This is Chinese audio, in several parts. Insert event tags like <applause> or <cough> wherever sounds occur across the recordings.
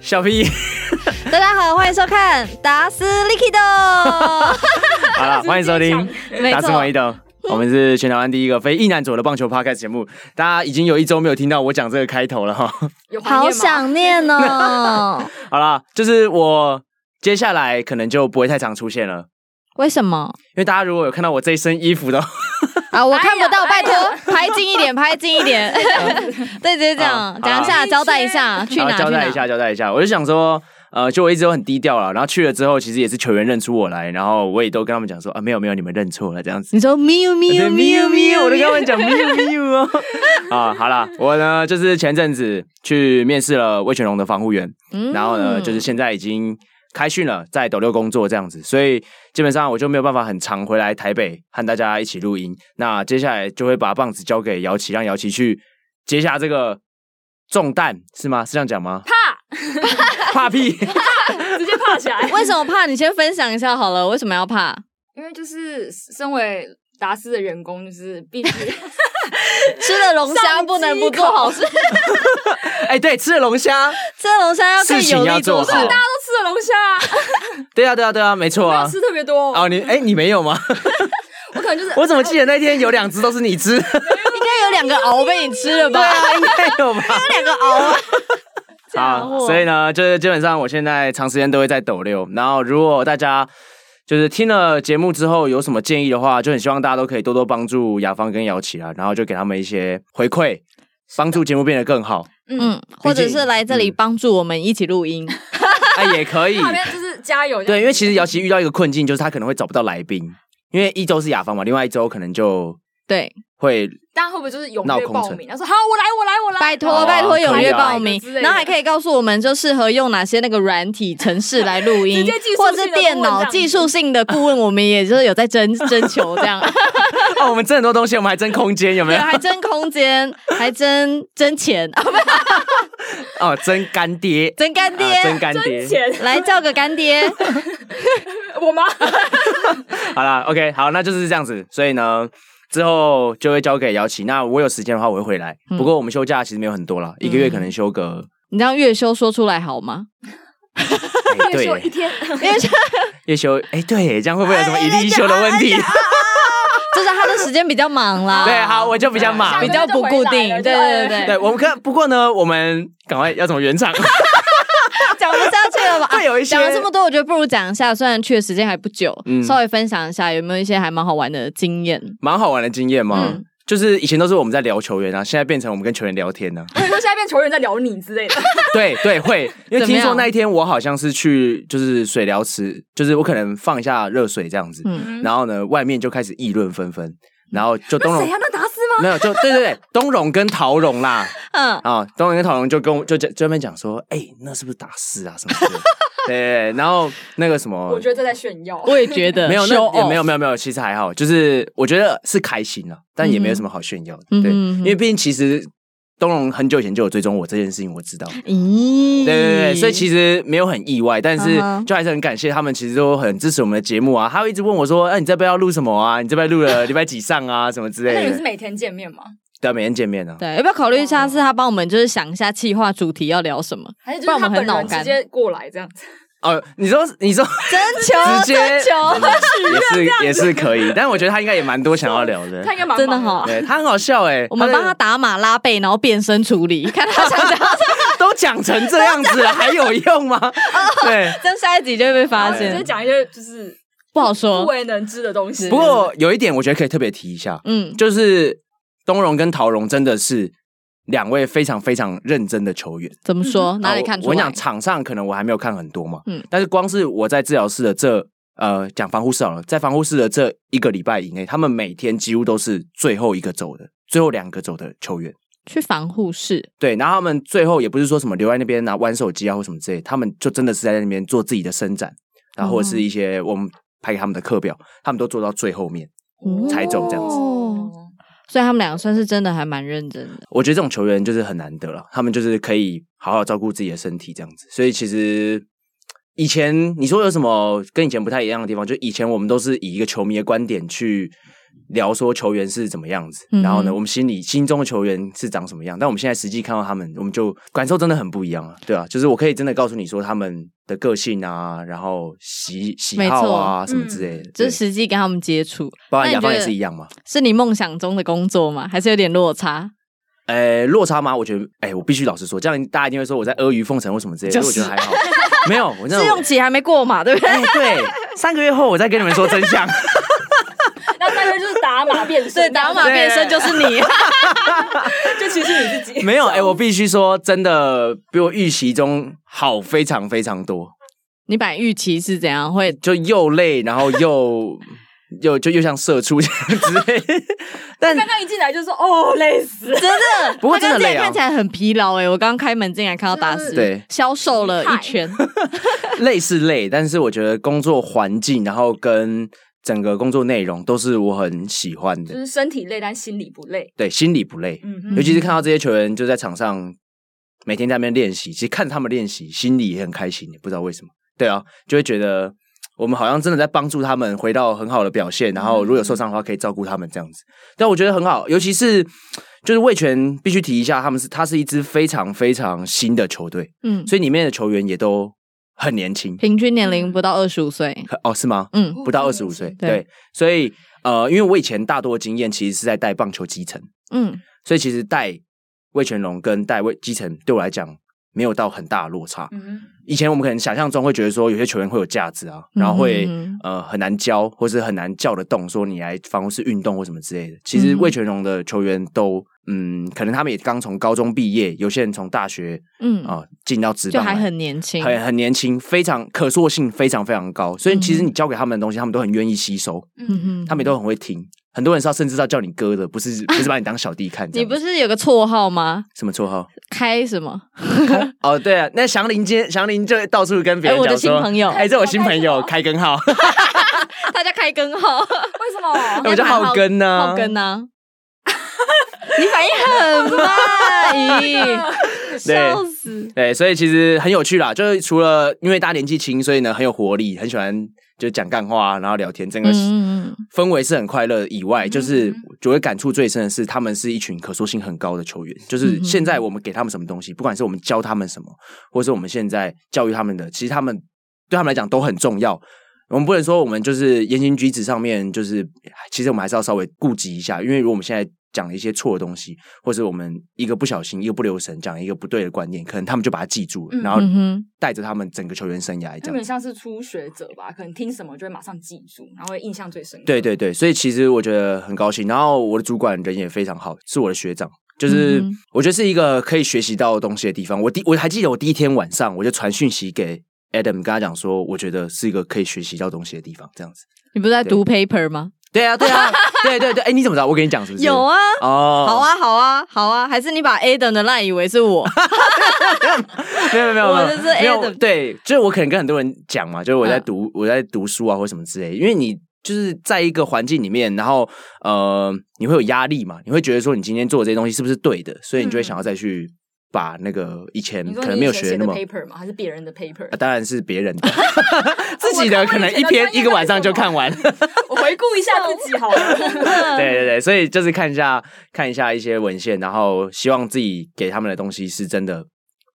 小屁，大家好，欢迎收看达斯 Likido，好了，欢迎收听 <laughs> 没达斯莫伊错， <laughs> 德，我们是全台湾第一个非意男左的棒球 podcast 节目。大家已经有一周没有听到我讲这个开头了哈。 <laughs> 有怀念吗好想念哦。好啦，就是我接下来可能就不会太常出现了， <laughs> 为什么因为大家如果有看到我这一身衣服的话，啊？我看不到，哎拜呀托，拍近一 <laughs> 点，拍近一点。对，直接这好样好讲一下，交代一下， <laughs> 去然后 <laughs> 哪交去代一哪。下，交代一下。我就想说，呃，就我一直都很低调了，然后去了之后，其实也是球员认出我来，然后我也都跟他们讲说啊，没有没有，你们认错了这样子。你说喵对喵咪喵咪，喵，我都跟他们讲咪咪哦。啊，好啦，我呢就是前阵子去面试了魏全龙的防护员，嗯然后呢就是现在已经开训了，在斗六工作这样子，所以基本上我就没有办法很常回来台北和大家一起录音。那接下来就会把棒子交给姚琦，让姚琦去接下这个重担，是吗？是这样讲吗？怕，怕屁，直接 <laughs> 怕起来嗯。为什么怕？你先分享一下好了，为什么要怕？因为就是身为达斯的员工，就是 <laughs> 必须吃了龙虾不能不做好 <laughs> 事，哎、对，吃了龙虾， <laughs> 吃了龙虾要事更情有要力做做好事。。都吃了龙虾啊，对啊，对啊，对啊，没错没有啊。吃特别多，哦，你哎、你没有吗？我可 <laughs> 能就是我怎么记得那天有两只都是你吃？应该有两个鳌被你吃 <laughs> 了对吧？ <laughs> 啊，应该有吧？哦两个鳌，家好，伙所以呢，就是基本上我现在长时间都会在抖六。然后，如果大家就是听了节目之后有什么建议的话，就很希望大家都可以多多帮助雅芳跟姚琪啊啦，然后就给他们一些回馈，帮助节目变得更 <laughs> 好。嗯，或者是来这里嗯帮助我们一起 <laughs> 录音。哎，也可以。旁边就是加油。对，因为其实姚琪遇到一个困境，就是他可能会找不到来宾，因为一周是雅芳嘛，另外一周可能就对，会大家会不会就是踊闹跃空城报名？他说好，我来，我来，我 <laughs> 来。拜哦托拜托可以啊踊跃报名之类，的然后还可以告诉我们就适合用哪些那个软体程式来录 <laughs> 直音接技术性，的或者是电顾问这脑样子技术性的顾问，我们也就是有在征征求这 <laughs> 样，哦，我们争很多东西，我们还争空间，有没 <laughs> 对，有？还争空间，还争争钱， <laughs> 啊不哦，争干爹，争干爹。啊争干爹真，钱，来叫个 <laughs> 干爹，我吗？好啦 o、k 好，那就是这样子。所以呢，之后就会交给姚琪。那我有时间的话，我会回来。嗯不过我们休假其实没有很多啦，一个月可能休 <laughs> 个、你这样月休说出来 <laughs> 好吗？哎对说耶一，天，月休 <laughs> 月休，哎、对耶，这样会不会有什么一例一休的问题？就是他的时间比较忙啦。对，好，我就比较忙下个比月。较不固定。对对对对，我们看，不过呢，我们赶快要怎么圆 <laughs> 场？讲不下去了吧？啊会有一些讲了这么多，我觉得不如讲一下，虽然去的时间还不久，嗯稍微分享一下有没有一些还蛮好玩的经验。蛮好玩的经验嘛。嗯就是以前都是我们在聊球员啊，现在变成我们跟球员聊天啊呢、我跟你说，现在变球员在聊你之类的， <laughs> 对对，会，因为怎么听样说那一天我好像是去就是水疗池，就是我可能放一下热水这样子，嗯然后呢，外面就开始议论纷纷，然后就东谁荣呀？那达斯吗？没有，就对对对，东荣跟陶荣啦，嗯，啊、东荣跟陶荣就跟我就专门讲说，哎、那是不是打死啊什么的， <laughs> 对对对，然后那个什么我。觉得这在炫耀。 <laughs> 我也觉 <laughs> 得没有，那 show 也 off 没有，没有，没有。其实还好，就是我觉得是开心了、但也没有什么好炫耀的。嗯哼对，嗯哼因为毕竟其实东荣很久以前就有追踪我这件事情，我知 <laughs> 道。咦，对对对，所以其实没有很意外，但是嗯嗯哼就还是很感谢他们，其实都很支持我们的节目啊。他会一直问我说：“哎、你这边要录什么啊？你这边录了礼拜几上啊？什么之 <laughs> 那你类们是的。每天见面吗？”对啊，每天见面啊。对，要不要考虑下次他帮我们就是想一下企划主题要聊什么？还是就不然是我他们本很脑人干直接过来这样子？哦，你说你 <laughs> 说征求，直接征求，也是也是可以，但我觉得他应该也蛮多想要聊 <laughs> 的他。应该蛮真的忙哈。对他很好笑哎、我们的帮他打码拉背，然后变身处理，看他想怎样。都讲成这样子了，还有用吗？ <laughs> 对。这样下一集就会被发然后直接现，哦讲一些就是不好不说。为人知的东西。不过有一点，我觉得可以特别提一下，嗯，就是东荣跟陶荣真的是两位非常非常认真的球员。怎么说？哪里啊看我出我来？跟你讲，场上可能我还没有看很多嘛，嗯嗯，但是光是我在治疗室的这呃讲防护室好了，在防护室的这一个礼拜以内，他们每天几乎都是最后一个走的，最后两个走的球员。去防护室，对，然后他们最后也不是说什么留在那边拿玩手机啊或什么之类，他们就真的是在那边做自己的伸展，然后或者哦是一些我们拍给他们的课表，他们都做到最后面。嗯才走这样子哦所以他们两个算是真的还蛮认真的。我觉得这种球员就是很难得了，他们就是可以好好照顾自己的身体这样子。所以其实以前你说有什么跟以前不太一样的地方，就以前我们都是以一个球迷的观点去聊说球员是怎么样子，嗯哼然后呢，我们心里心中的球员是长什么样，但我们现在实际看到他们，我们就感受真的很不一样了，对啊，就是我可以真的告诉你说他们的个性啊，然后喜喜好啊没错什么之类的，嗯就对是实际跟他们接触，包含那你亚芳觉也得是一样嘛。是你梦想中的工作吗？还是有点落差？呃，落差吗？我觉得，哎，我必须老实说，这样大家一定会说我在阿谀奉承或什么之类的，就所以是我觉得还好，没有，我那试用期还没过嘛，<laughs> 对不对？哎，对，三个月后我再跟你们说真相。 <laughs> 那大概就是打马变身，对，打马变身就是你。啊 <laughs> 就其实你自己没有，哎，我必须说，真的比我预期中好非常非常多，你把预期是怎样？会就又累，然后又又就又像社畜这样之类。 <laughs> 但刚刚一进来就说哦累死，真的，不过他刚真的累啊进来看起来很疲劳哎、我刚开门进来看到达斯，对消瘦了一圈，累是累，但是我觉得工作环境，然后跟整个工作内容都是我很喜欢就的，是身体累但心里不累。对，心里不累。嗯嗯尤其是看到这些球员就在场上每天在那边练习，其实看他们练习，心里也很开心，也不知道为什么。对啊，就会觉得我们好像真的在帮助他们回到很好的表现，然后如果有受伤的话，可以照顾他们这样子。但我觉得很好，尤其是就是魏权必须提一下，他们是他是一支非常非常新的球队，嗯，所以里面的球员也都很年轻。平均年龄不到二十五岁，哦，是吗？嗯，不到二十五岁，对对，所以呃，因为我以前大多的经验其实是在带棒球基层，嗯，所以其实带魏全龙跟带魏基层对我来讲没有到很大的落差。嗯以前我们可能想象中会觉得说有些球员会有价值啊，然后会嗯呃很难教，或是很难叫得动，说你来防护室运动或什么之类的。其实嗯魏全龙的球员都嗯，可能他们也刚从高中毕业，有些人从大学嗯，啊进到职就棒来，还很年轻，很很年轻，非常可塑性非常非常高，所以其实嗯你教给他们的东西，他们都很愿意吸收，嗯哼他们也都很会听。很多人是要甚至是要叫你哥的，不是不是把你当小弟看。这 <laughs> 你样不是有个绰号吗？什么绰号？开什么？ <laughs> 哦，对啊，那祥林街，祥林就到处跟别哎，人我讲的新说，朋友，哎，这我新朋友开哦开根号，他叫开根号，为什么？ <laughs> 我叫浩根呢，哦浩根啊 <laughs> 呢？你反应很 <laughs> 慢， <laughs> 咦，笑死！对，所以其实很有趣啦，就是除了因为大家年纪轻，所以呢很有活力，很喜欢就讲干话，然后聊天，整个嗯嗯嗯氛围是很快乐以外，就是嗯嗯我会感触最深的是，他们是一群可塑性很高的球员。就是嗯嗯现在我们给他们什么东西，不管是我们教他们什么，或是我们现在教育他们的，其实他们对他们来讲都很重要。我们不能说我们就是言行举止上面，就是其实我们还是要稍微顾及一下，因为如果我们现在讲了一些错的东西，或是我们一个不小心、一个不留神讲了一个不对的观念，可能他们就把它记住了，嗯然后嗯哼，带着他们整个球员生涯这有样点。像是初学者吧，可能听什么就会马上记住，然后会印象最深刻。对对对，所以其实我觉得很高兴。然后我的主管人也非常好，是我的学长，就是嗯我觉得是一个可以学习到东西的地方。我第我还记得我第一天晚上我就传讯息给 Adam，跟他讲说，我觉得是一个可以学习到东西的地方，这样子。你不是在读 paper 吗？对啊，对 <laughs> 啊，对对对，哎，你怎么知道？我跟你讲是不是？有啊，哦，好，啊，好啊，好啊，还是你把 Adam 的赖以为是 <laughs> 我？ <laughs> 没有没有没有，我就是没有 Adam 对，就是我可能跟很多人讲嘛，就是我在嗯读、我在读书啊或什么之类，因为你就是在一个环境里面，然后呃你会有压力嘛，你会觉得说你今天做的这些东西是不是对的，所以你就会嗯想要再去把那个以前你说可你能没有以前学的那么。 paper 吗？还是别人的 paper？ <laughs> 啊、当然是别 <laughs> 人的，自己的可能一天我看过以前的专业一个晚上就看完。我回顾一下自己好了。 <laughs> 对对对，所以就是看一下看一下一些文献，然后希望自己给他们的东西是真的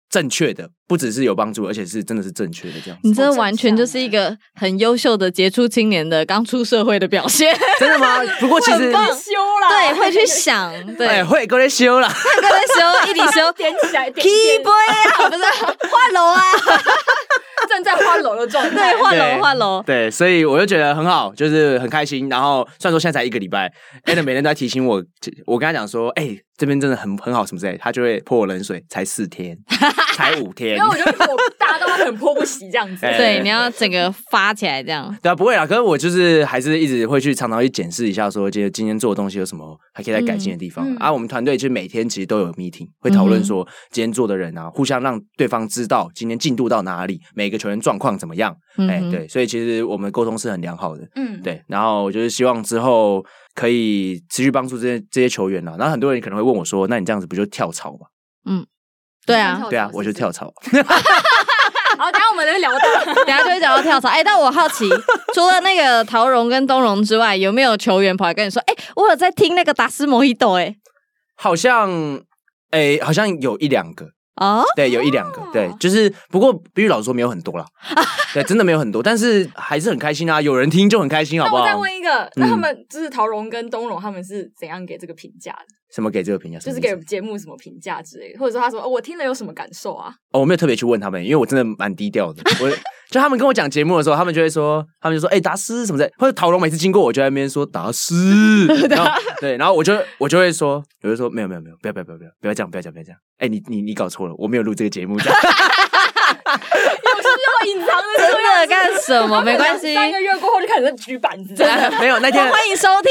正确的，不只是有帮助，而且是真的是正确的这样子。你这完全就是一个很优秀的杰出青年的刚出社会的表现， <laughs> 真的吗？不过其实 <laughs> 很棒修啦， <laughs> 对，会 <laughs> 去想，对，哎，会过来修 <laughs> 啦。看看在修，一里 <laughs> 修点起来，点 key 点 boy 啊，不是换楼啊， <laughs> 正在花楼的状 <laughs> 态。<laughs> 对，换对楼换楼，对，所以我就觉得很好，就是很开心。然后虽然说现在才一个礼拜，Adam 每天都在提醒我，我跟他讲说，哎、这边真的很很好什么之类的，他就会泼我冷水，才四 <laughs> 天，才五天因为，我觉得我大家都很迫不及这样子。哎对，你要整个发起来这样。 <laughs> 对啊，不会啦。可是我就是还是一直会去常常去检视一下，说今今天做的东西有什么还可以再改进的地方、嗯嗯啊。我们团队其实每天其实都有 meeting，会讨嗯论哼说今天做的人啊，互相让对方知道今天进度到哪里，每个球员状况怎么样。嗯哎、哼对，所以其实我们沟通是很良好的。嗯，对，然后我就是希望之后可以持续帮助这些这些球员啦。然后很多人可能会问我说：“那你这样子不就跳槽吗对啊，？”对啊，我就跳。槽。好，等一下我们再聊到。 <laughs> 等一下就会讲到跳槽。哎、但我好 <laughs> 奇，除了那个陶荣跟东荣之外，有没有球员跑来跟你说：“哎、我有在听那个达斯摩伊斗。”哎，好像，哎、好像有一两个，哦，对，有一两个哦，对，就是不过必须老实说没有很 <laughs> 多啦，对，真的没有很多，但是还是很开心啊，有人听就很开心，好那不我再好？嗯问一个，那他们就是陶荣跟东荣，他们是怎样给这个评价的？什么给这个评价？就什是么意给思节目什么评价之类的，或者说他说哦，我听了有什么感 <laughs> 受啊？哦，我没有特别去问他们，因为我真的蛮低调的， <laughs> 我。就他们跟我讲节目的时候，他们就会说，他们就说，哎、达斯什么的，或者陶龙每次经过我就在那边说达 <laughs> 斯，啊然后对，然后我就我就会说，我就说没有没有没有，不要不要不要不要不要这样不要这样不要这样，哎、你你你搞错了，我没有录这个节目，这 <laughs> 样有时候隐藏的真这样的子干什哦么？没关系，三个月过后就开始在举板子， <laughs> 没有那天欢迎收听。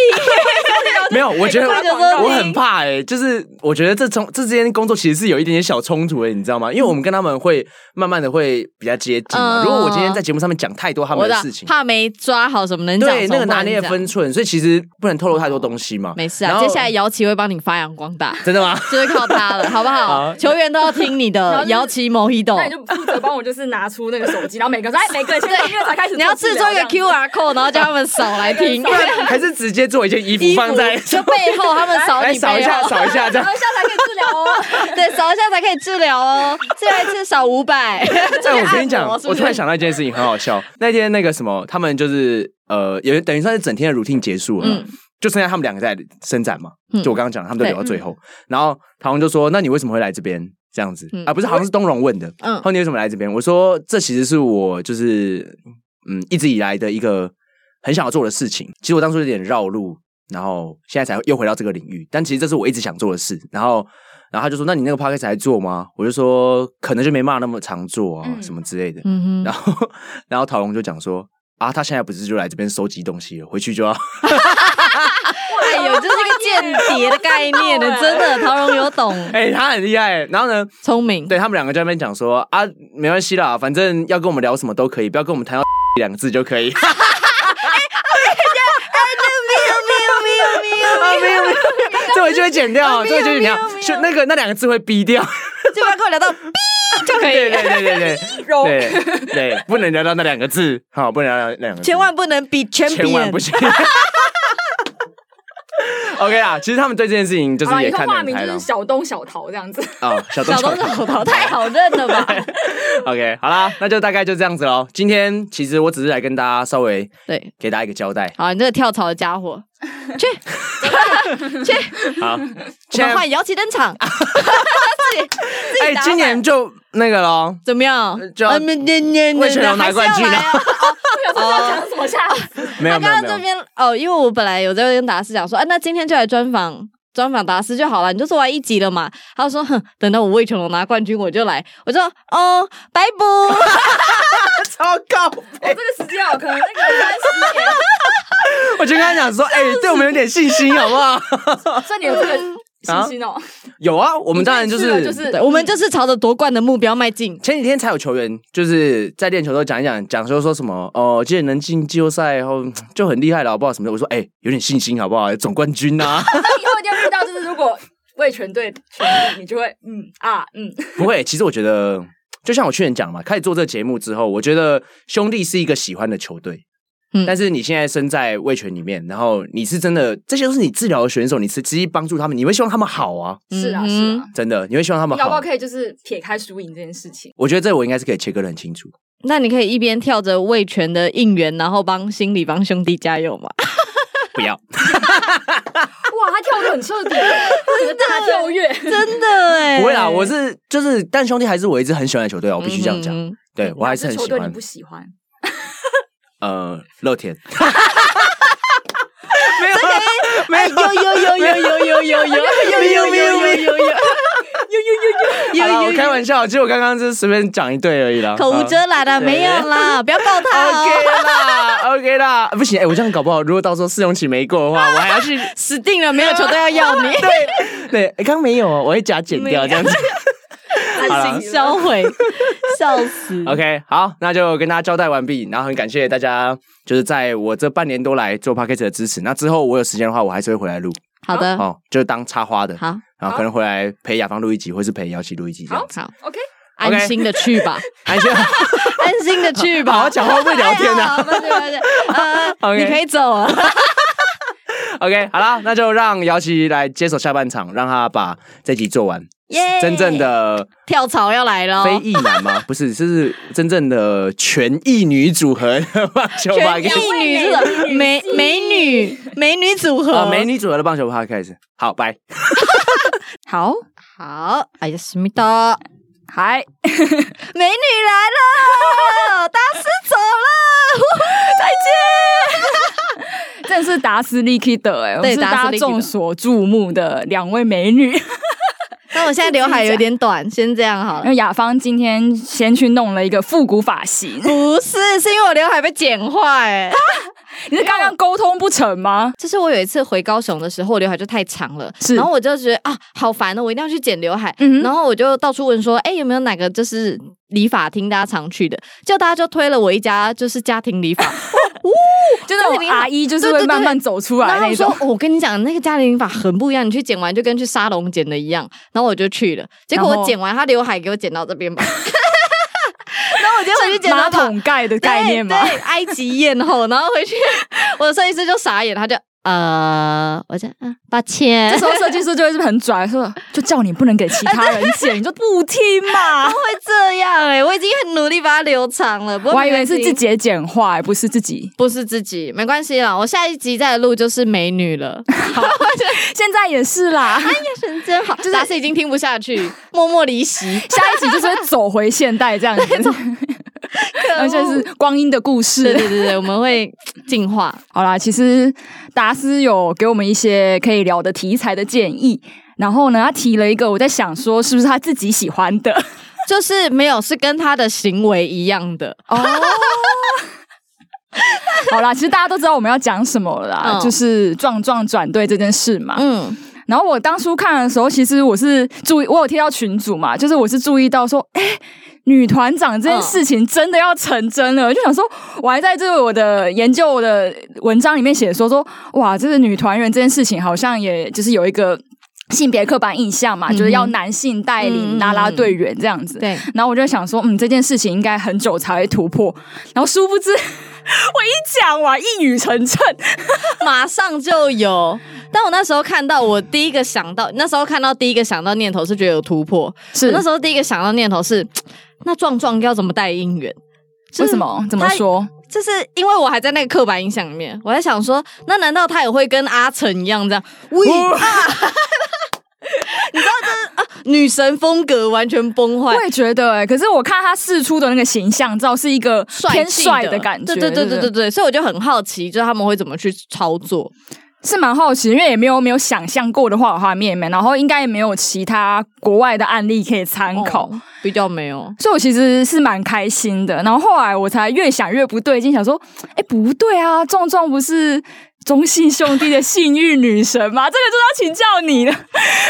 没有，我觉得快点说我你很怕哎、就是我觉得这冲这之间工作其实是有一点点小冲突的，你知道吗？因为我们跟他们会慢慢的会比较接近嘛。嗯如果我今天在节目上面讲太多他我们知的道事情，怕没抓好什么能讲，对那个怎么拿办捏的分，寸，所以其实不能透露太多东西嘛这样。没事然啊。后接下来姚琪会帮你发扬光大， <laughs> <laughs> 真的吗？就是靠他 <laughs> 了，好不好？好球员都要听你然的后，就是姚琪摩伊斗那。你就负责帮我，就是拿出那个手机，然后每个人说，哎，每个人先订阅才开始。你要制作一个 QR code，然后叫他们扫来听 <laughs> 每个人扫，还是直接做一件衣服衣服放在 <laughs> 就背后他们扫来你扫一背下后，扫一下这然样后。下载可以治疗 <laughs> 哦。对，扫一下才可以治疗哦，治疗一次少五百。 <laughs> 哎，我跟 <laughs> 按你讲，摩是不我突然想到一件事情，很好笑。那天那个什么，他们就是呃，有等于算是整天的 routine 结束了嘛，嗯就剩下他们两个在伸展嘛。嗯就我刚刚讲，他们都对留到最后。然后唐红就说：“那你为什么会来这边？”这样子、嗯啊，不是，好像是东荣问的。嗯嗯，后你为什么来这边？我说这其实是我就是嗯一直以来的一个很想要做的事情。其实我当初有点绕路，然后现在才又回到这个领域。但其实这是我一直想做的事。然后，然后他就说：“那你那个 podcast 还做吗？”我就说：“可能就没办法那么常做啊，嗯什么之类的。”嗯然哼，后，然后陶龙就讲说：“啊，他现在不是就来这边收集东西了，回去就要哎呦，这是一个间谍的概念 <laughs> 呢，真的，欸陶荣有懂，哎、他很厉害。”然后呢，<laughs> 聪明。对他们两个在那边讲说啊，没关系啦，反正要跟我们聊什么都可以，不要跟我们谈到 <laughs> 两个字就可以。啊，喵喵 <laughs> 喵喵，啊没有没有，这回就会剪 <laughs> 掉，啊这回就会剪掉，就那个那两个字会逼掉，就不要跟我聊到就可 <laughs> 对以，对对对对哦柔对对，不能聊到那两个字，好，不能聊到那两个字，千万不能比全千万不行。OK 啊，其实他们对这件事情就是好了，也以后看得化很名开就朗是小东小桃这样子。啊，小东 <laughs> 小东小淘太好认了吧？ OK，好啦，那就大概就这样子喽。今天其实我只是来跟大家稍微 <laughs> 对，给大家一个交代，好，你这个跳槽的家伙， <laughs> 好，我现们在换姚琪登 <laughs> 场。自己哎、打今年就那个喽，怎么样？就要嗯嗯嗯嗯魏全龙拿冠军啊还是要来啊 <laughs> 我想说要讲什么下？ <laughs> 没有他没有刚刚没这有，边哦，因为我本来有在跟达斯讲说，啊，那今天就来专访专访达斯就好了，你就做完一集了嘛。他就说，哼，等到我魏全龙拿冠军我就来。我就说，哦，拜 <laughs> 不，超高。我这个时间哦，可能那个三十年，我就跟他讲说，哎、对我们有点信心好不 <laughs> 好？所以你有这个信 <laughs> 心哦。有啊，我们当然就你是这次就是对，我们就是朝着夺冠的目标迈进。前几天才有球员就是在练球的时候讲一讲，讲说说什么哦，今天能进季后赛后嗯就很厉害了，好不好？什么的，我说哎、有点信心好不好？ <laughs> 总冠军呐、啊，那以后一定要遇到，就是如果为全队全力，你就会嗯啊嗯，不会。其实我觉得，就像我去年讲嘛，开始做这个节目之后，我觉得兄弟是一个喜欢的球队。嗯但是你现在身在卫权里面，然后你是真的，这些都是你治疗的选手，你是直接帮助他们，你会希望他们好啊。 <laughs> 是啊嗯是啊。真的，你会希望他你们搞不好好。可以就是撇开输赢这件事情？ <laughs> 我觉得这我应该是可以切割的很清楚。那你可以一边跳着魏全的应援，然后帮心里帮兄弟加 <laughs> 油嘛。不 <laughs> 要，哇，他跳的很彻底，整个大跳跃。真的哎，不会啦，我是就是，但兄弟还是我一直很喜欢的球队啊，我必须这样讲。嗯哼对我还是是很球喜队你欢不，喜欢，呃，乐天。没有，没有，哎有有有有有有有有有有有有有。好啦，我有有开有玩笑，其实我刚刚就是随便讲一对而已啦。口无遮拦的，对没有 <laughs> 啦，不要告他啊。哦， OK 啦，OK 啦，不行，哎、我这样搞不好，如果到时候试用期没过的话，我还要去。死定了，没有球 <laughs> 队要要你，对对，哎刚没有哦，我会假剪掉这样子。啦自行销毁，笑死。 OK，好， <laughs> 那就跟大家交代完毕，然后很感谢大家，就是在我这半年多来做 p a c k a g e 的支持。那之后我有时间的话，我还是会回来录，好的，哦，就是当插花的，嗯好然后可能回来陪雅芳录一集，或是陪姚琪录一集这样子。好， OK， OK 安心的去 <laughs> 吧，安心，安心的去吧。好好讲话不会聊天啊哎好不是不是，呃， OK 你可以走 <laughs> 了。 OK，好啦，那就让姚琪来接手下半场，让他把这集做完。耶真正的跳槽要来了，哦非裔男吗？不是，这是真正的全裔女组合的棒球全 p 艺 o 女是吧美美女美女组合，啊，美女组合的棒球 podcast。好，拜。好好，哎呀，思密达，嗨，美女来了，大师 <laughs> 走了，这是达斯利 k i d 哎，我对是大达斯家利 Kid 众所注目的两位美女。 <laughs> 但我现在刘海有点短，先这样好因了。为雅芳今天先去弄了一个复古发型，不是，是因为我刘海被剪坏、哎你是刚刚沟通不成吗？就是我有一次回高雄的时候，我刘海就太长了，是然后我就觉得啊，好烦哦，我一定要去剪刘海。嗯哼然后我就到处问说，哎、有没有哪个就是理发厅大家常去的？就大家就推了我一家，就是家庭理发。就那种阿姨就是对对会对慢慢走 <laughs> 出来然后他那们说种，：“哦我跟你讲，那个家庭理发很不一样，你去剪完就跟去沙龙剪的一样。”然后我就去了，结果然后我剪完，他刘海给我剪到这边吧。然后我就回去剪马头发桶盖的 <laughs> 概念吗哎对？对，埃及艳后，然后回去， <laughs> 我的设计师就傻眼，他就呃，我就嗯，抱歉这。时候设计师就会是很拽，说就叫你不能给其他人剪，你就不听嘛。会这样哎、我已经很努力把它留长了，不过 <laughs> 我还以为是没关系自，己也剪坏，不是自己。不是自己，没关系啦。我下一集再录就是美女了，现在也是 <laughs> 啦，神真好，就是达斯已经听不下去，默默离席。下一集就是会走回现代这样子， <laughs> 而且是光阴的故对事。对对对，我们会进化。好啦，其实达斯有给我们一些可以聊的题材的建议，然后呢，他提了一个，我在想说是不是他自己喜欢的。就是没有是跟他的行为一样的，哦。 <laughs> 好啦，其实大家都知道我们要讲什么了啦，嗯就是壮壮转队这件事嘛。嗯，然后我当初看的时候，其实我是注意，我有贴到群组嘛，就是我是注意到说，哎、女团长这嗯件事情真的要成真了，我就想说，我还在这个我的研究的文章里面写说说，哇，这个女团员这件事情好像也就是有一个性别刻板印象嘛，嗯哼嗯就是要男性带领啦啦队员这样子。对，然后我就想说，嗯，这件事情应该很久才会突破。然后殊不知， <laughs> 我一讲完一语成谶，马上就有。但我那时候看到，我第一个想到，那时候看到第一个想到念头是觉得有突破。是我那时候第一个想到念头是，那壮壮要怎么带应援？就是为什？么？怎么说？就是因为我还在那个刻板印象里面，我在想说，那难道他也会跟阿成一样这样？ <laughs> 喂啊！ <laughs> 你知道这是啊，女神风格完全崩坏我。也觉得、欸，可是我看他试出的那个形象照是一个偏气帅的感觉，对对对对不对，对，所以我就很好奇，就是他们会怎么去操作。是蛮好奇，因为也没有没有想象过的画画面嘛，然后应该也没有其他国外的案例可以参考。哦比较没有，所以我其实是蛮开心的，然后后来我才越想越不对劲，想说，哎、不对啊，壮壮不是中信兄弟的幸运女神吗？ <laughs> 这个就要请教你 <laughs> 了，因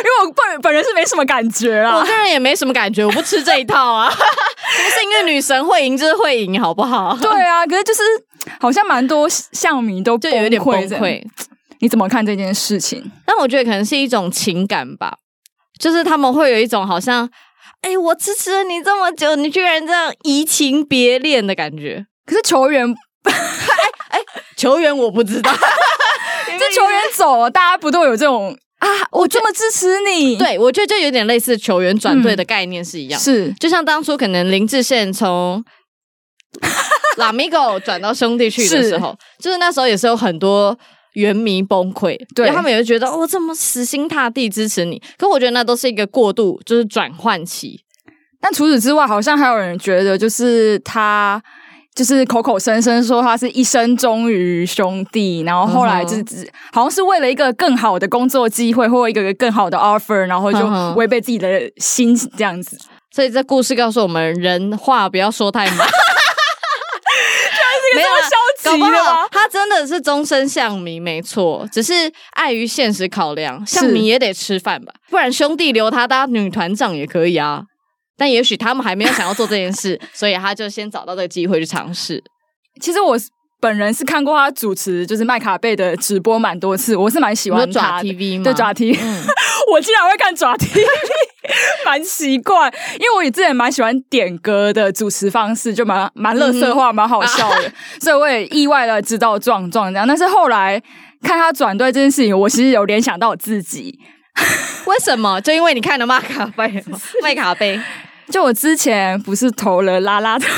为我本本人是没什么感觉我啦。个人也没什么感觉，我不吃这一套啊。 <laughs> 什么幸运女神会赢就是会赢，好不 <laughs> 好？对啊，可是就是好像蛮多象迷都就有一点崩这样溃。你怎么看这件事情？但我觉得可能是一种情感吧，就是他们会有一种好像，哎、我支持了你这么久，你居然这样移情别恋的感觉。可是球员，球员我不知道，这球员走了，大家不都有这种啊？我这么支持你，， <laughs> 对我觉得就有点类似球员转队的概念是一样的。是就像当初可能林志炫 <laughs> 从拉米狗转到兄弟去的时候，就是那时候也是有很多原迷崩溃，对然后他们也会觉得哦，这么死心塌地支持你。可我觉得那都是一个过渡，就是转换期。但除此之外，好像还有人觉得，就是他就是口口声声说他是一生忠于兄弟，然后后来嗯就是、好像是为了一个更好的工作机会或一个更好的 offer，然后就嗯哼违背自己的心这样子。所以这故事告诉我们，人话不要说太 <laughs> 满。没有啦这搞么消不极的好吗？他真的是终身像迷，没错，只是碍于现实考量，像迷也得吃饭吧，不然兄弟留他当女团长也可以啊。但也许他们还没有想要做这件 <laughs> 事，所以他就先找到这个机会去尝试。其实我是本人是看过他主持就是麦卡贝的直播蛮多次，我是蛮喜你说欢爪他的。 TV 吗？对 <laughs> 爪 T，、嗯，我竟然会看爪 <laughs> T，蛮奇怪，因为我也之前蛮喜欢点歌的主持方式，就蛮蛮乐色化，蛮好笑的，所以我也意外的知道壮壮这样。但是后来看他转队这件事情，我其实有联想到我自己，为什么？就因为你看了麦卡贝， <laughs> 麦卡贝，就我之前不是投了啦啦队吗？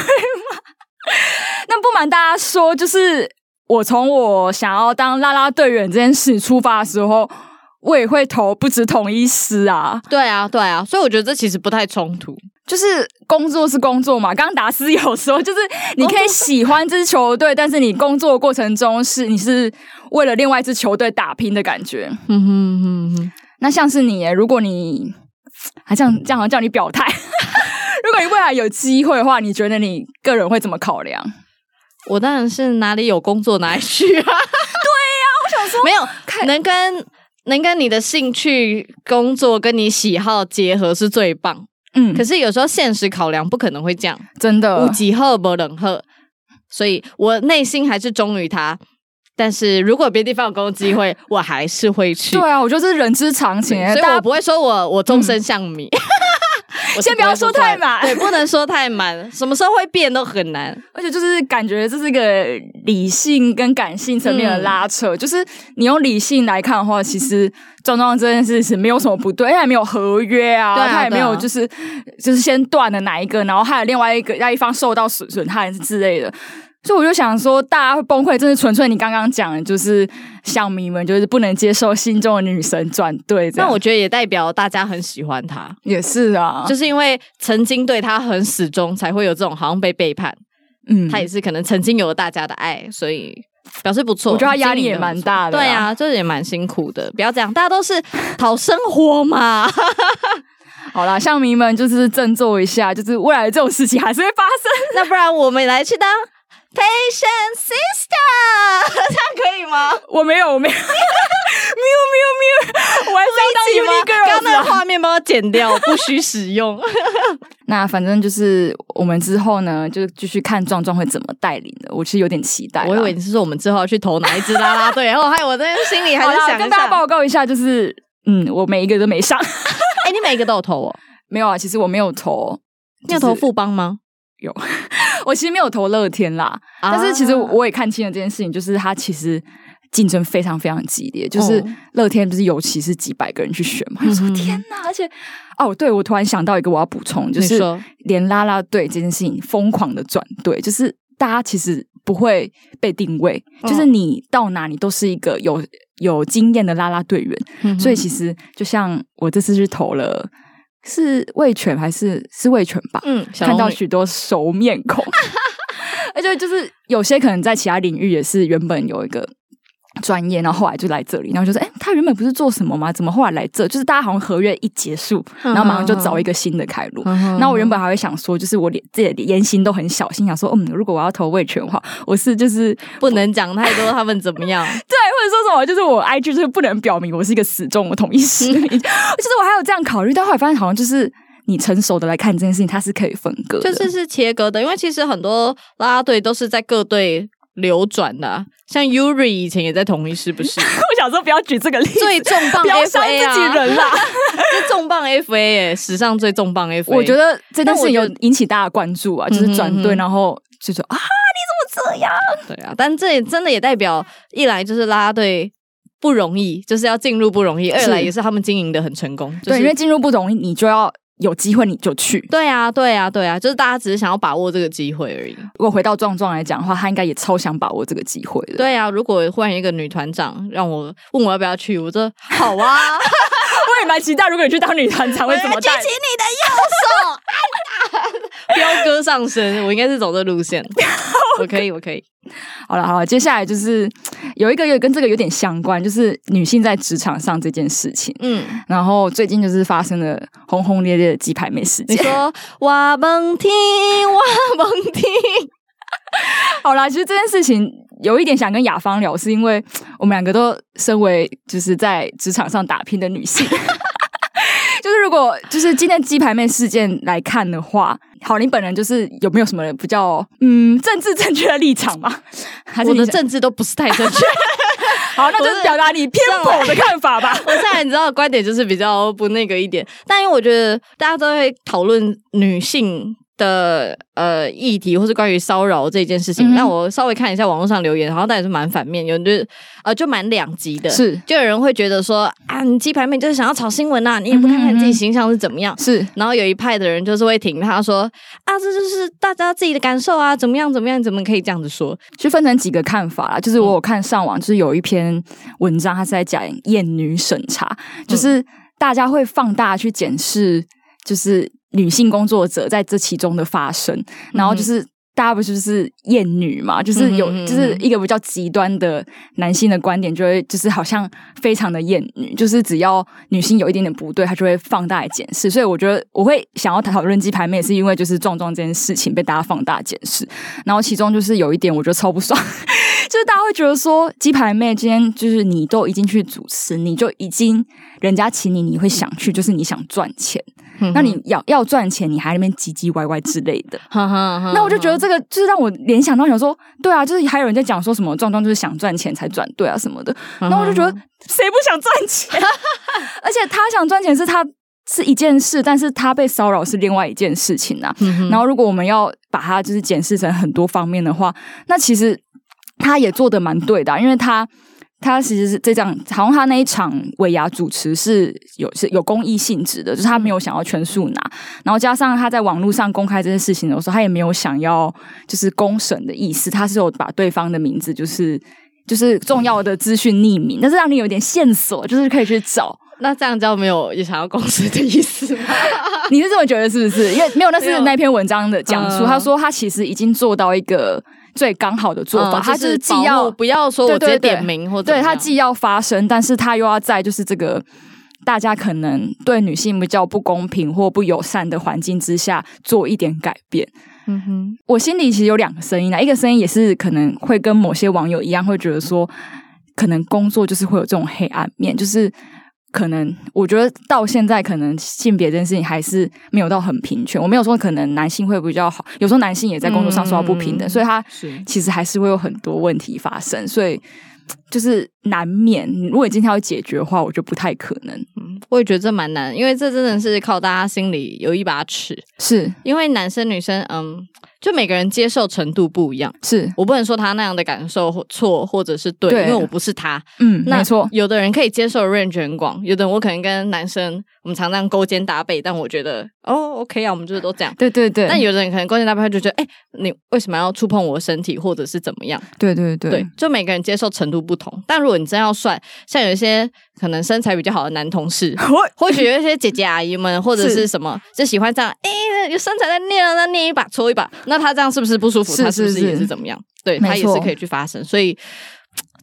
<laughs> 那不瞒大家说，就是我从我想要当啦啦队员这件事出发的时候，我也会投不止统一师啊。对啊，对啊，所以我觉得这其实不太冲突。就是工作是工作嘛，刚刚达斯有说，就是你可以喜欢这支球队，但是你工作的过程中是你是为了另外一支球队打拼的感觉。嗯哼哼哼，那像是你耶，哎如果你还这样这样，好像叫你表态。 <laughs> 如果你未来有机会的话，你觉得你个人会怎么考量？我当然是哪里有工作哪里去 <laughs> 啊。对呀、我想说没有能跟能跟你的兴趣、工作跟你喜好结合是最棒。嗯可，是有时候现实考量不可能会这样，真的无，极赫不冷赫，所以我内心还是忠于他。但是如果别的地方有工作机 <laughs> 会，我还是会去。对啊，我觉得这是人之常情耶。所以大我家不会说我我终身像迷。 <laughs> 我是先不要会说出来太满对，不能说太满，什么时候会变都很 <laughs> 难。而且就是感觉这是一个理性跟感性层面的拉嗯扯，就是你用理性来看的话，其实壮壮这件事是没有什么不对，他也没有合约啊，对啊他也没有对啊就是就是先断了哪一个，然后还有另外一个那一方受到损损害之类的。所以我就想说，大家会崩溃，真是纯粹你刚刚讲的，就是像迷们就是不能接受心中的女神转队这样。那我觉得也代表大家很喜欢他，也是啊，就是因为曾经对他很始终，才会有这种好像被背叛。嗯他也是可能曾经有了大家的爱，所以表示不错。我觉得他压力经营也得蛮不错大的啊对啊，就是也蛮辛苦的。不要这样，大家都是讨生活 <laughs> 嘛。好啦，像迷们就是振作一下，就是未来这种事情还是会发生。那不然我们来去当 patient sister，这样 <laughs> 可以吗？我没有，我没 <laughs> 有，喵喵喵，我还可以吗是 <laughs> 要当 Unique 刚刚 Girls 那个啊。画面帮我剪掉，不许使 <laughs> 用。那反正就是我们之后呢，就继续看壮壮会怎么带领的。我其实有点期待啦。我以为你是说我们之后要去投哪一支啦 <laughs> 啦队，然后害我在心里还好是啦，想跟一大下家。报告一下，就是嗯，我每一个都没上。 <laughs> 哎、你每一个都有投哦？没有啊，其实我没有投，你有投富邦吗？我其实没有投乐天啦。啊但是其实我也看清了这件事情，就是他其实。竞争非常非常激烈，就是哦乐天不是尤其是几百个人去选嘛？我说嗯天啊哪！而且哦，对我突然想到一个我要补充，就你是说连啦啦队这件事情疯狂的转队，就是大家其实不会被定位，嗯就是你到哪里都是一个有有经验的啦啦队员，嗯哼所以其实就像我这次去投了。是魏全还是是魏全吧？嗯，小看龙到女许多熟面孔， <laughs> 而且就是有些可能在其他领域也是原本有一个专业，然后后来就来这里，然后就说，哎、他原本不是做什么吗？怎么后来来这？就是大家好像合约一结束，然后马上就找一个新的开路。嗯那我原本还会想说，就是我连自己的言行都很小心，想说，嗯，如果我要投魏权的话，我是就是 <laughs> 不能讲太多他们怎么样，对，或者说什么，就是我 IG 就是不能表明我是一个死忠我统一师， <laughs> 就是我还有这样考虑，但后来发现好像就是你成熟的来看这件事情，它是可以分割 <laughs> 的，就是是切割的，因为其实很多啦啦队都是在各队流转的啊、像 Yuri 以前也在同一师，不是 <laughs> 我想说不要举这个例子， <laughs> 最重磅不要伤 FA 自 <laughs> 己啊，人啦。这重磅 FA 耶，史上最重磅 FA， <laughs> 我觉得这件但我事有觉得引起大家关注啊，就是转嗯哼嗯队，哼然后就说啊，对啊，但这也真的也代表，一来就是啦啦队不容易，就是要进入不容易；二是来也是他们经营的很成功，就对，因为是。进入不容易，你就要有机会你就去。对啊，对啊，对啊，就是大家只是想要把握这个机会而已。如果回到壮壮来讲的话，他应该也超想把握这个机会的。对啊，如果换一个女团长让我问我要不要去，我说好啊，<laughs> 我也蛮期待，如果你去当女团长会怎么带？ <laughs> <laughs> 你的右手，彪哥上身，我应该是走这路线。我可以，我可以。好了好了，接下来就是有一个有跟这个有点相关，就是女性在职场上这件事情。嗯， <laughs> 然后最近就是发生了轰轰烈烈的鸡排妹事你件。说我们听，我们听， <laughs> 好啦，其实这件事情有一点想跟雅芳聊，是因为我们两个都身为就是在职场上打拼的女性。 <laughs> 就是如果就是今天鸡排妹事件来看的话，好，你本人就是有没有什么比较嗯政治正确的立场吗？还是我你的想政治都不是太正确。好，那就是表达你偏颇的看法吧。我现在你知道观点就是比较不那个一点，但因为我觉得大家都会讨论女性的呃议题，或是关于骚扰这件事情。嗯那、我稍微看一下网络上留言，然后大家也是蛮反面，有人就是呃就蛮两极的，是就有人会觉得说啊，你鸡排妹就是想要炒新闻呐、啊你也嗯不看看自己形象是怎么样。是，然后有一派的人就是会挺他说啊，这就是大家自己的感受啊，怎么样怎么样，怎么可以这样子说？就分成几个看法啦。就是我有看上网，就是有一篇文章，它是在讲厌女审查，嗯就是大家会放大去检视，就是女性工作者在这其中的发生，然后就是。大家不就是厌女嘛？就是嗯有哼嗯哼，就是一个比较极端的男性的观点，就会就是好像非常的厌女，就是只要女性有一点点不对，他就会放大来检视。所以我觉得我会想要讨论鸡排妹，是因为就是壮壮这件事情被大家放大检视。然后其中就是有一点我觉得超不爽，就是大家会觉得说鸡排妹今天就是你都已经去主持，你就已经人家请你，你会想去，就是你想赚钱，那你要要赚钱，你还在那边唧唧歪歪之类的。哼，那那我就觉得嗯这个就是让我联想到想说，对啊，就是还有人在讲说什么壮壮就是想赚钱才转对啊什么的，嗯哼然后我就觉得谁不想赚钱？ <laughs> 而且他想赚钱是他是一件事，但是他被骚扰是另外一件事情啊。嗯然后如果我们要把它就是检视成很多方面的话，那其实他也做的蛮对的啊、因为他。他其实是这样，好像他那一场尾牙主持是有是有公益性质的，就是他没有想要全数拿，然后加上他在网络上公开这些事情的时候，他也没有想要就是公审的意思，他是有把对方的名字就是就是重要的资讯匿名，但是让你有点线索，就是可以去找。那这样叫没有也想要公司的意思吗？你是这么觉得是不是？因为没有，那没是有那篇文章的讲述，嗯他说他其实已经做到一个最刚好的做法，嗯他就是既要保护不要说我直对接对对点名或者对他既要发声，但是他又要在就是这个大家可能对女性比较不公平或不友善的环境之下做一点改变。嗯哼我心里其实有两个声音啦，啊一个声音也是可能会跟某些网友一样，会觉得说，可能工作就是会有这种黑暗面，就是可能我觉得到现在，可能性别这件事情还是没有到很平权。我没有说可能男性会比较好，有时候男性也在工作上受到不平等，嗯所以他是其实还是会有很多问题发生，所以。就是难免，如果今天要解决的话，我觉得不太可能。嗯我也觉得这蛮难，因为这真的是靠大家心里有一把尺，是因为男生女生嗯，就每个人接受程度不一样。是，我不能说他那样的感受或错或者是对，对因为我不是他。嗯，那没错，有的人可以接受 range 很广，有的人我可能跟男生我们常常勾肩搭背，但我觉得哦 OK 啊，我们就是都这样。对对对，但有的人可能勾肩搭背，他就觉得哎、你为什么要触碰我的身体，或者是怎么样？对对对，对，就每个人接受程度不同。但如果你真要算，像有一些可能身材比较好的男同事 <laughs> <laughs> 我或许有一些姐姐阿姨们或者是什么，就喜欢这样，哎、有身材在练了，那捏一把搓一把，那他这样是不是不舒服？是他是不是是是也是怎么样？对没他也错是可以去发生，所以。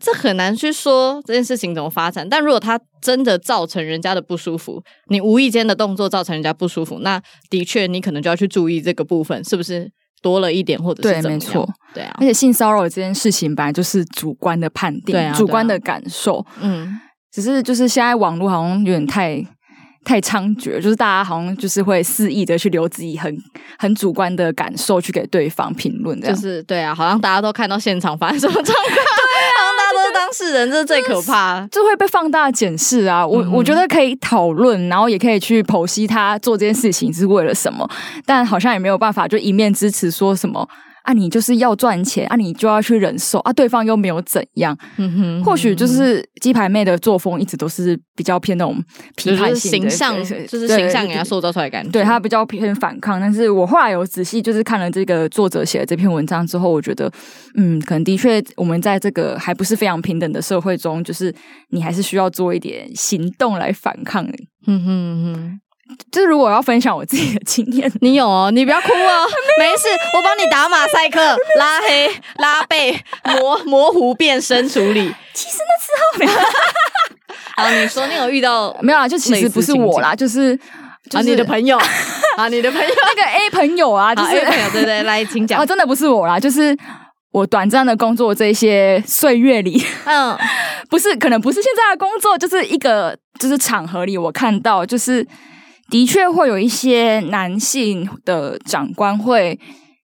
这很难去说这件事情怎么发展，但如果他真的造成人家的不舒服，你无意间的动作造成人家不舒服，那的确你可能就要去注意这个部分是不是多了一点，或者对是怎么没错样？对啊而，且性骚扰这件事情本来就是主观的判定，对啊主观的感受，嗯，只是就是现在网络好像有点太太猖獗，就是大家好像就是会肆意的去留自己很很主观的感受去给对方评论，这样、就是对啊，好像大家都看到现场发生什么状况，啊好像大家都是当事人，这是最可怕。就会被放大检视啊。我、嗯哼我觉得可以讨论，然后也可以去剖析他做这件事情是为了什么，但好像也没有办法就一面支持说什么。啊，你就是要赚钱啊，你就要去忍受啊，对方又没有怎样，嗯哼或许就是鸡排妹的作风一直都是比较偏那种批就判是性形的象，对就是对形象给他对塑造出来的感觉。对她比较偏反抗。但是我后来有仔细就是看了这个作者写的这篇文章之后，我觉得，嗯，可能的确我们在这个还不是非常平等的社会中，就是你还是需要做一点行动来反抗嗯哼嗯哼，就是如果要分享我自己的经验，你有哦，你不要哭 <laughs> 哦，没事，我帮你打马赛克、拉黑、拉背、模模糊变身处理。 <laughs> 好，你说你有遇到 <laughs> 没有啊，就其实不是我啦，就是就啊是你的朋 <laughs> 友啊你的朋友， <laughs> 那个 A 朋友啊，就啊是 A 朋友对对，来请讲 <laughs> 哦，。真的不是我啦，就是我短暂的工作这些岁月里，嗯，不是可能不是现在的工作，就是一个就是场合里，我看到就是的确会有一些男性的长官会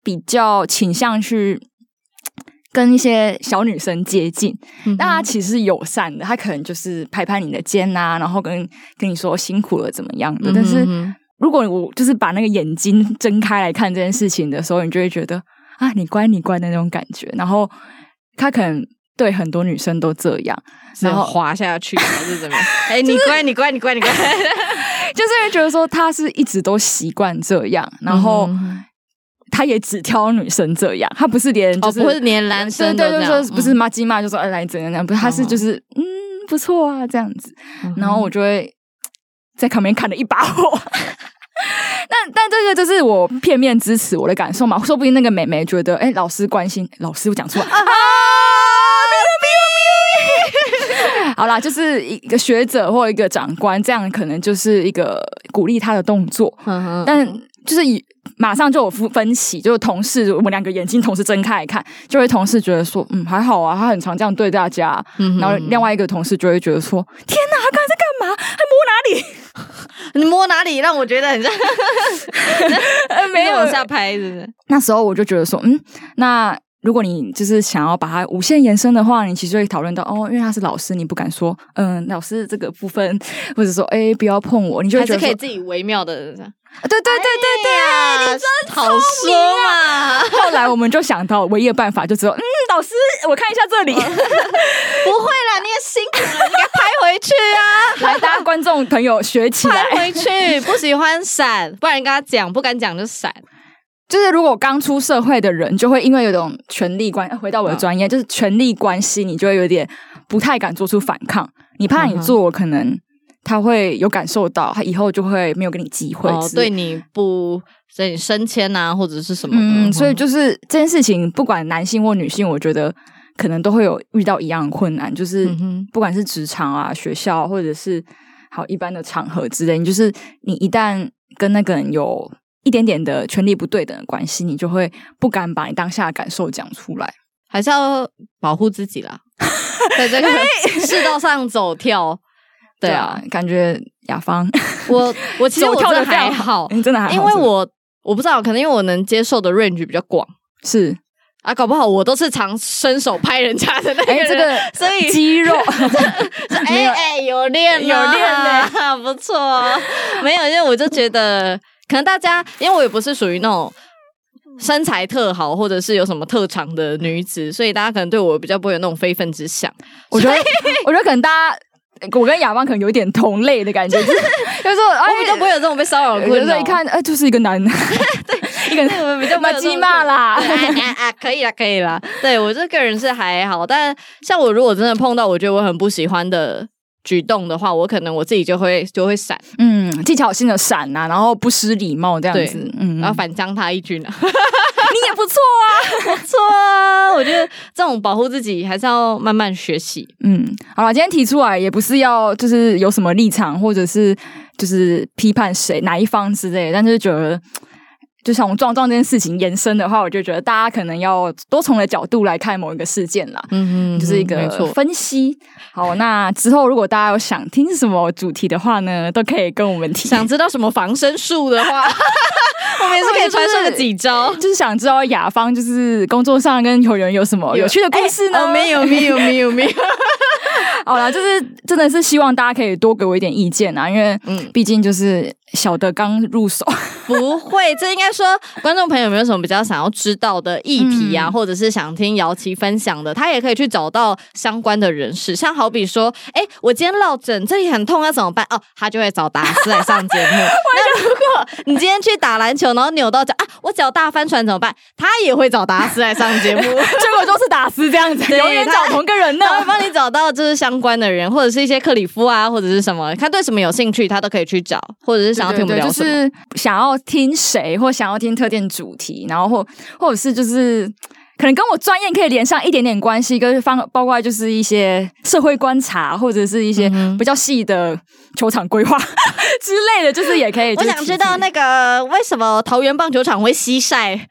比较倾向去。跟一些小女生接近，嗯但他其实是友善的，他可能就是拍拍你的肩呐、然后跟跟你说辛苦了怎么样的。但是嗯如果我就是把那个眼睛睁开来看这件事情的时候，你就会觉得啊，你乖你乖的那种感觉。然后他可能对很多女生都这样， <laughs> 然然后后滑下去还是怎么样？哎，你乖，你乖，你乖，你乖。就是会觉得说他是一直都习惯这样，然后嗯他也只挑女生这样，他不是连哦，就是、不会连男生对都这对对，样嗯就是不是骂鸡骂就说哎来怎样怎样，不是他是就是嗯不错啊这样子，嗯然后我就会在旁边看了一把火。 <laughs> 但但这个就是我片面支持我的感受嘛，说不定那个美眉觉得，哎、老师关心，老师我讲 <laughs> 错了，啊，好啦，就是一个学者或一个长官，这样可能就是一个鼓励他的动作，嗯但就是以马上就有分分歧，就是同事我们两个眼睛同时睁开来看，就会同事觉得说，嗯，还好啊，他很常这样对大家啊，嗯然后另外一个同事就会觉 <laughs> 得说，天哪，他刚才在干嘛？还摸哪里？你摸哪里让我觉得很 <laughs> 像呃，没有往下拍，是不是？那时候我就觉得说，嗯，那如果你就是想要把它无限延伸的话，你其实会讨论到哦，因为他是老师，你不敢说，嗯，老师这个部分，或者说，哎、不要碰我，你就会还觉是得可说，以自己微妙的。啊对对对对呀，你真好说嘛，对。 <laughs> 后来我们就想到唯一的办法，就只有，嗯，老师，我看一下这里， <laughs> 不会啦，你也辛苦了，你给他拍回去 <laughs> 啊，来，大家观众朋友学起来拍。回去。不喜欢闪，不然跟他讲，不敢讲就闪。就是如果刚出社会的人，就会因为有种权力关，呃回到我的专业，就是权力关系，你就会有点不太敢做出反抗，你怕你做，可能他会有感受到，他以后就会没有给你机会。哦，对，你不，所以你升迁啊，或者是什么的。嗯，所以就是这件事情，不管男性或女性，我觉得可能都会有遇到一样的困难，就是嗯哼不管是职场啊、学校，或者是好一般的场合之类，你就是你一旦跟那个人有一点点的权力不对等的关系，你就会不敢把你当下的感受讲出来。还是要保护自己 <laughs> 啦，在这个世道上走跳。对啊，，感觉雅芳 <laughs> 我我其实我走跳真的的还好，你 <laughs> 真的还哦好，因为是不是我我不知道，可能因为我能接受的 range 比较广 <laughs> 是啊，搞不好我都是常伸手拍人家的那个哎人，这个 <laughs> 所以肌肉哎没有哎，有练有啊练呢不错哦。没有，因为我就觉得，可能大家，因为我也不是属于那种身材特好或者是有什么特长的女子，所以大家可能对我比较不会有那种非分之想。我觉得，我觉得可能大家，我跟亚邦可能有点同类的感觉， <laughs> 就是就是说，哎我比较不会有这种被骚扰的有困时扰。候一看，哎，就是一个男的，对，一个对， <laughs> 我比较不会骂有这种鸡骂啦 <laughs> 对。啊啊啊！可以啦，可以啦。对我这个人是还好，但像我如果真的碰到我觉得我很不喜欢的举动的话，我可能我自己就会就会闪，嗯，技巧性的闪呐、啊，然后不失礼貌这样子对，嗯，然后反将他一军啊。 <laughs> 你也不错啊，不错啊，我觉得这种保护自己还是要慢慢学习。嗯，好了，今天提出来也不是要就是有什么立场，或者是就是批判谁哪一方之类的，但是觉得。就像我们撞撞这件事情延伸的话，我就觉得大家可能要多从的角度来看某一个事件啦。嗯就是一个没错。分析。好，那之后如果大家有想听什么主题的话呢，都可以跟我们提。想知道什么防身术的话，我们也是可以传授个几招。 <laughs> 就是想知道雅芳就是工作上跟球员有什么有趣的故事呢？哦，没有，没有，没有，没有。好啦，就是真的是希望大家可以多给我一点意见啊，因为嗯毕竟就是小的刚入 <laughs> 手，不会，这应该说观众朋友有没有什么比较想要知道的议题嗯啊，或者是想听姚琦分享的，他也可以去找到相关的人士，像好比说，哎、我今天落枕，这里很痛，要怎么办？哦，他就会找达斯来上节 <laughs> 目。那如果你今 <laughs> 天去打篮球，然后扭到脚啊，我脚大翻船怎么办？他也会找达斯来上节目。结果果都是打私这样 <laughs> 子，对永远找同个人 <laughs> 呢。他会帮你找到就是相关的人，或者是一些克里夫啊，或者是什么，他对什么有兴趣，他都可以去找，或者是想要听我们对对聊对什么。就是想要听谁，或想要听特定主题，然后或或者是就是。可能跟我专业可以连上一点点关系，跟方包括就是一些社会观察，或者是一些嗯哼比较细的球场规划 <laughs> 之类的，就是也可以。我想知道那个为什么桃园棒球场会西晒？ <laughs>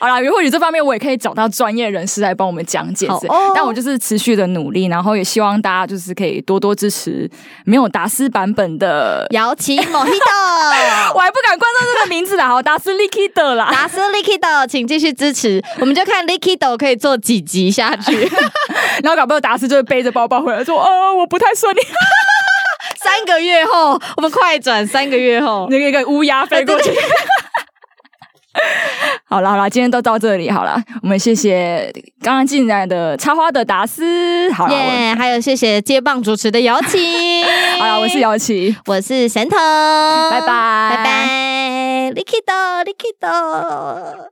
好啦，或许这方面我也可以找到专业人士来帮我们讲解好之类哦但我就是持续的努力，然后也希望大家就是可以多多支持没有达斯版本的。摇旗 Mojito 我。还不敢冠上这个名字啦，好，达斯利 k 的啦。达斯 Likido，请继续支持，我们就看 Likido 可以做几集下去， <laughs> 然后搞不好达斯就是背着包包回来，说：“呃，我不太顺利。三个月后，我们快转三个月” <laughs> 后， <laughs> 那个一个乌鸦飞过去。 <laughs> 好啦好啦，今天都到这里好啦，我们谢谢刚刚进来的插花的达斯。好啦，啊我，耶、还有谢谢接棒主持的姚琴好啦，我是，姚琪，我是神童，拜拜拜拜，Likido，Likido。